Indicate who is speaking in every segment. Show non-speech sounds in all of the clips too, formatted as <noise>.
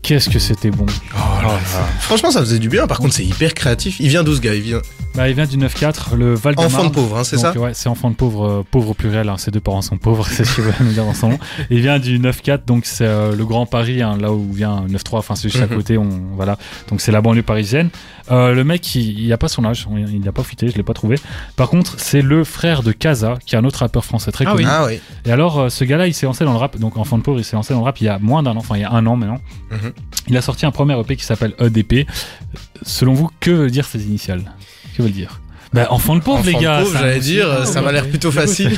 Speaker 1: Qu'est-ce que c'était bon
Speaker 2: Oh
Speaker 1: ah.
Speaker 2: Franchement, ça faisait du bien. Par contre, c'est hyper créatif. Il vient d'où ce gars Il vient
Speaker 1: bah, Il vient du 9-4, le Val de
Speaker 2: enfant de
Speaker 1: Marne.
Speaker 2: pauvre, hein, c'est
Speaker 1: Donc,
Speaker 2: ça
Speaker 1: Ouais, c'est enfant de pauvre, euh, pauvre au pluriel, hein, ses deux parents sont pauvres, <laughs> c'est ce que je voulais nous dire dans son nom. Il vient du 9-4, donc c'est euh, le Grand Paris, hein, là où vient 9-3, enfin c'est juste à
Speaker 2: Mhm.
Speaker 1: côté, on, voilà. Donc c'est la banlieue parisienne. Euh, le mec, il n'a pas son âge, on- il n'a pas fuité, je l'ai pas trouvé. Par contre, c'est le frère de Kaza, qui est un autre rappeur français très connu.
Speaker 2: Ah oui.
Speaker 1: Et alors, euh, ce gars-là, il s'est lancé dans le rap, donc enfant de pauvre, il s'est lancé dans le rap il y a moins d'un an, enfin il y a un an maintenant.
Speaker 2: Mhm.
Speaker 1: Il a sorti un premier EP qui s'appelle EDP. Selon vous, que veut dire ces initiales Que veulent dire bah, enfant de pauvre,
Speaker 2: Enfant
Speaker 1: les
Speaker 2: de
Speaker 1: gars.
Speaker 2: pauvre,
Speaker 1: ça-
Speaker 2: j'allais dire, euh,
Speaker 1: Ah,
Speaker 2: ça m'a
Speaker 1: ouais. <laughs>
Speaker 2: l'air plutôt facile.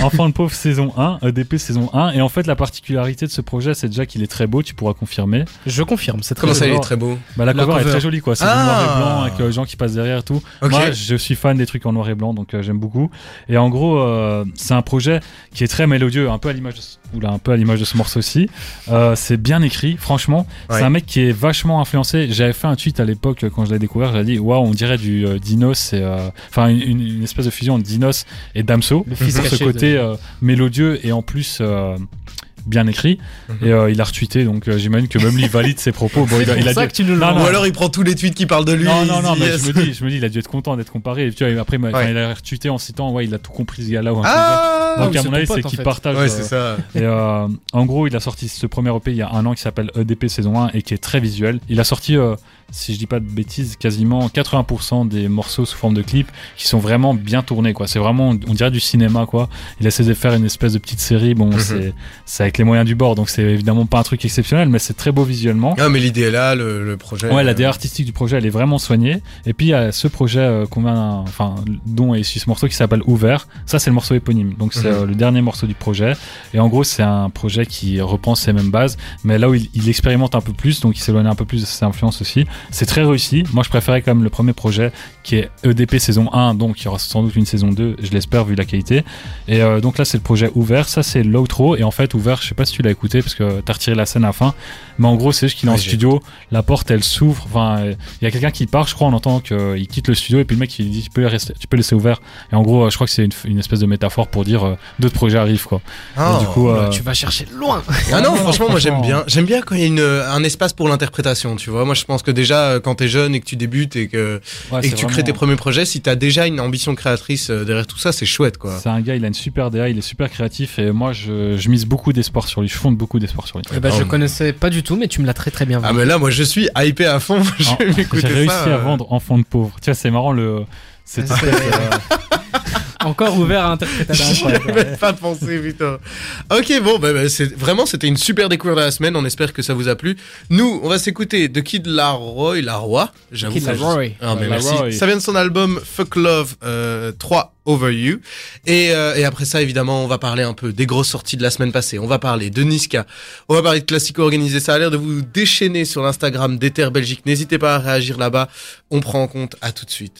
Speaker 1: Enfant de pauvre saison 1, EDP saison 1. Et en fait, la particularité de ce projet, c'est déjà qu'il est très beau, tu pourras confirmer.
Speaker 3: Je confirme, c'est très
Speaker 2: Comment ça, il est
Speaker 1: genre-
Speaker 2: très beau
Speaker 1: Bah, la,
Speaker 3: La
Speaker 1: cover, est
Speaker 3: cover.
Speaker 1: très jolie, quoi. C'est du
Speaker 2: Ah.
Speaker 1: noir et blanc avec euh, les gens qui passent derrière et tout.
Speaker 2: Ok.
Speaker 1: Moi, je suis fan des trucs en noir et blanc, donc euh, j'aime beaucoup. Et en gros, euh, c'est un projet qui est très mélodieux, un peu à l'image de, ce- oula, un peu à l'image de ce morceau-ci. Euh, c'est bien écrit, franchement.
Speaker 2: Ouais.
Speaker 1: C'est un mec qui est vachement influencé. J'avais fait un tweet à l'époque euh, quand je l'ai découvert. J'avais dit, waouh, on dirait du euh, Dinos, et, euh, enfin une- une, une espèce de fusion de Dinos et Damso.
Speaker 3: Le fils
Speaker 1: Sur ce
Speaker 3: caché
Speaker 1: côté
Speaker 3: de-
Speaker 1: euh, mélodieux et en plus. euh, bien écrit
Speaker 2: Mhm.
Speaker 1: et euh, il a retweeté donc euh, j'imagine que même lui valide ses propos Bon,
Speaker 3: C'est
Speaker 1: il a-
Speaker 3: pour
Speaker 1: il a
Speaker 3: ça
Speaker 1: dit-
Speaker 3: que tu nous le
Speaker 1: Non, non,
Speaker 2: Ou alors il prend tous les tweets qui parlent de lui.
Speaker 1: Ah. non,
Speaker 2: il
Speaker 1: non,
Speaker 2: se
Speaker 1: non,
Speaker 2: dit,
Speaker 1: mais
Speaker 2: yes.
Speaker 1: je me dis, je me dis, il a dû être content d'être comparé. Et tu vois, après, quand
Speaker 2: Ouais.
Speaker 1: il a retweeté en citant, ouais, il a tout compris ce gars-là. ou un truc comme ça.
Speaker 2: Ah
Speaker 1: Donc,
Speaker 3: ou
Speaker 1: à
Speaker 3: c'est
Speaker 1: mon
Speaker 3: ton
Speaker 1: avis,
Speaker 3: pote,
Speaker 1: c'est
Speaker 3: en
Speaker 1: qu'il
Speaker 3: fait.
Speaker 1: partage.
Speaker 2: Ouais,
Speaker 1: euh,
Speaker 2: c'est ça.
Speaker 1: et, euh, en gros, il a sorti ce premier EP il y a un an qui s'appelle EDP saison 1 et qui est très visuel. Il a sorti, euh, si je dis pas de bêtises, quasiment 80% des morceaux sous forme de clip qui sont vraiment bien tournés. quoi. C'est vraiment, on dirait du cinéma. quoi. Il essaie de faire une espèce de petite série. Bon,
Speaker 2: Mhm.
Speaker 1: c'est- c'est avec les moyens du bord, donc c'est évidemment pas un truc exceptionnel, mais c'est très beau visuellement.
Speaker 2: Ah, mais l'idée est là, le, le projet.
Speaker 1: Ouais, la
Speaker 2: euh,
Speaker 1: DA artistique du projet, elle est vraiment soignée. Et puis, il y a ce projet euh, qu'on vient- enfin, dont est issu ce morceau qui s'appelle Ouvert. Ça, c'est le morceau éponyme. Donc, c'est
Speaker 2: Mhm.
Speaker 1: euh, le dernier morceau du projet. Et en gros, c'est un projet qui reprend ses mêmes bases. Mais là où il, il expérimente un peu plus, donc il s'éloigne un peu plus de ses influences aussi. C'est très réussi. Moi, je préférais quand même le premier projet qui est EDP saison 1. Donc, il y aura sans doute une saison 2, je l'espère, vu la qualité. Et euh, donc là, c'est le projet Ouvert. Ça, c'est l'outro. Et en fait, Ouvert, je sais pas si tu l'as écouté parce que t'as retiré la scène à la fin. Mais en gros, c'est juste qu'il est en
Speaker 2: Ouais, j'ai
Speaker 1: studio la porte elle s'ouvre enfin euh, il y a quelqu'un qui part je crois on entend qu'il quitte le studio et puis le mec il dit tu peux, rester, tu peux laisser ouvert et en gros euh, je crois que c'est une, une espèce de métaphore pour dire euh, d'autres projets arrivent quoi
Speaker 2: ah.
Speaker 1: Et du coup euh,
Speaker 3: Tu vas chercher
Speaker 1: <laughs>
Speaker 3: loin. Eh ben,
Speaker 2: Ah non,
Speaker 1: Ouais,
Speaker 2: franchement,
Speaker 1: franchement.
Speaker 2: moi j'aime bien. J'aime bien quand il y a une, euh, un espace pour l'interprétation, tu vois. Moi je pense que déjà, euh, quand t'es jeune et que tu débutes et que,
Speaker 1: ouais,
Speaker 2: et
Speaker 1: c'est
Speaker 2: que tu crées
Speaker 1: vraiment-
Speaker 2: tes premiers projets, si t'as déjà une ambition créatrice euh, derrière tout ça, c'est chouette, quoi.
Speaker 1: c'est un gars il a une super DA il est super créatif et moi je, je mise beaucoup d'espoir sur lui je fonde beaucoup d'espoir sur lui
Speaker 3: Eh ben, je connaissais pas du tout, mais tu me l'as très très bien
Speaker 2: Ah,
Speaker 3: vendu.
Speaker 2: mais là, moi je suis hypé à fond. <laughs> je
Speaker 1: Ah,
Speaker 2: vais m'écouter
Speaker 1: j'ai réussi
Speaker 2: ça, euh.
Speaker 1: à vendre enfant de pauvre tu vois c'est marrant le c'est
Speaker 3: C'est- <laughs> Encore ouvert à
Speaker 1: <laughs>
Speaker 3: interprétation.
Speaker 1: Ah,
Speaker 2: J'y avais pas pensé, putain. Ok, bon, bah, bah, c'est vraiment, c'était une super découverte de la semaine. On espère que ça vous a plu. Nous, on va s'écouter de Kid Laroi, Laroi. J'avoue.
Speaker 3: Kid
Speaker 2: que ça-
Speaker 3: Laroi.
Speaker 2: Ah, mais
Speaker 1: Ouais,
Speaker 2: merci.
Speaker 1: Laroi.
Speaker 2: Ça vient de son album Fuck Love euh, 3 Over You. Et, euh, et après ça, évidemment, on va parler un peu des grosses sorties de la semaine passée. On va parler de Niska. On va parler de Classico organisé. Ça a l'air de vous déchaîner sur l'Instagram d'Ether Belgique. N'hésitez pas à réagir là-bas. On prend en compte. À tout de suite.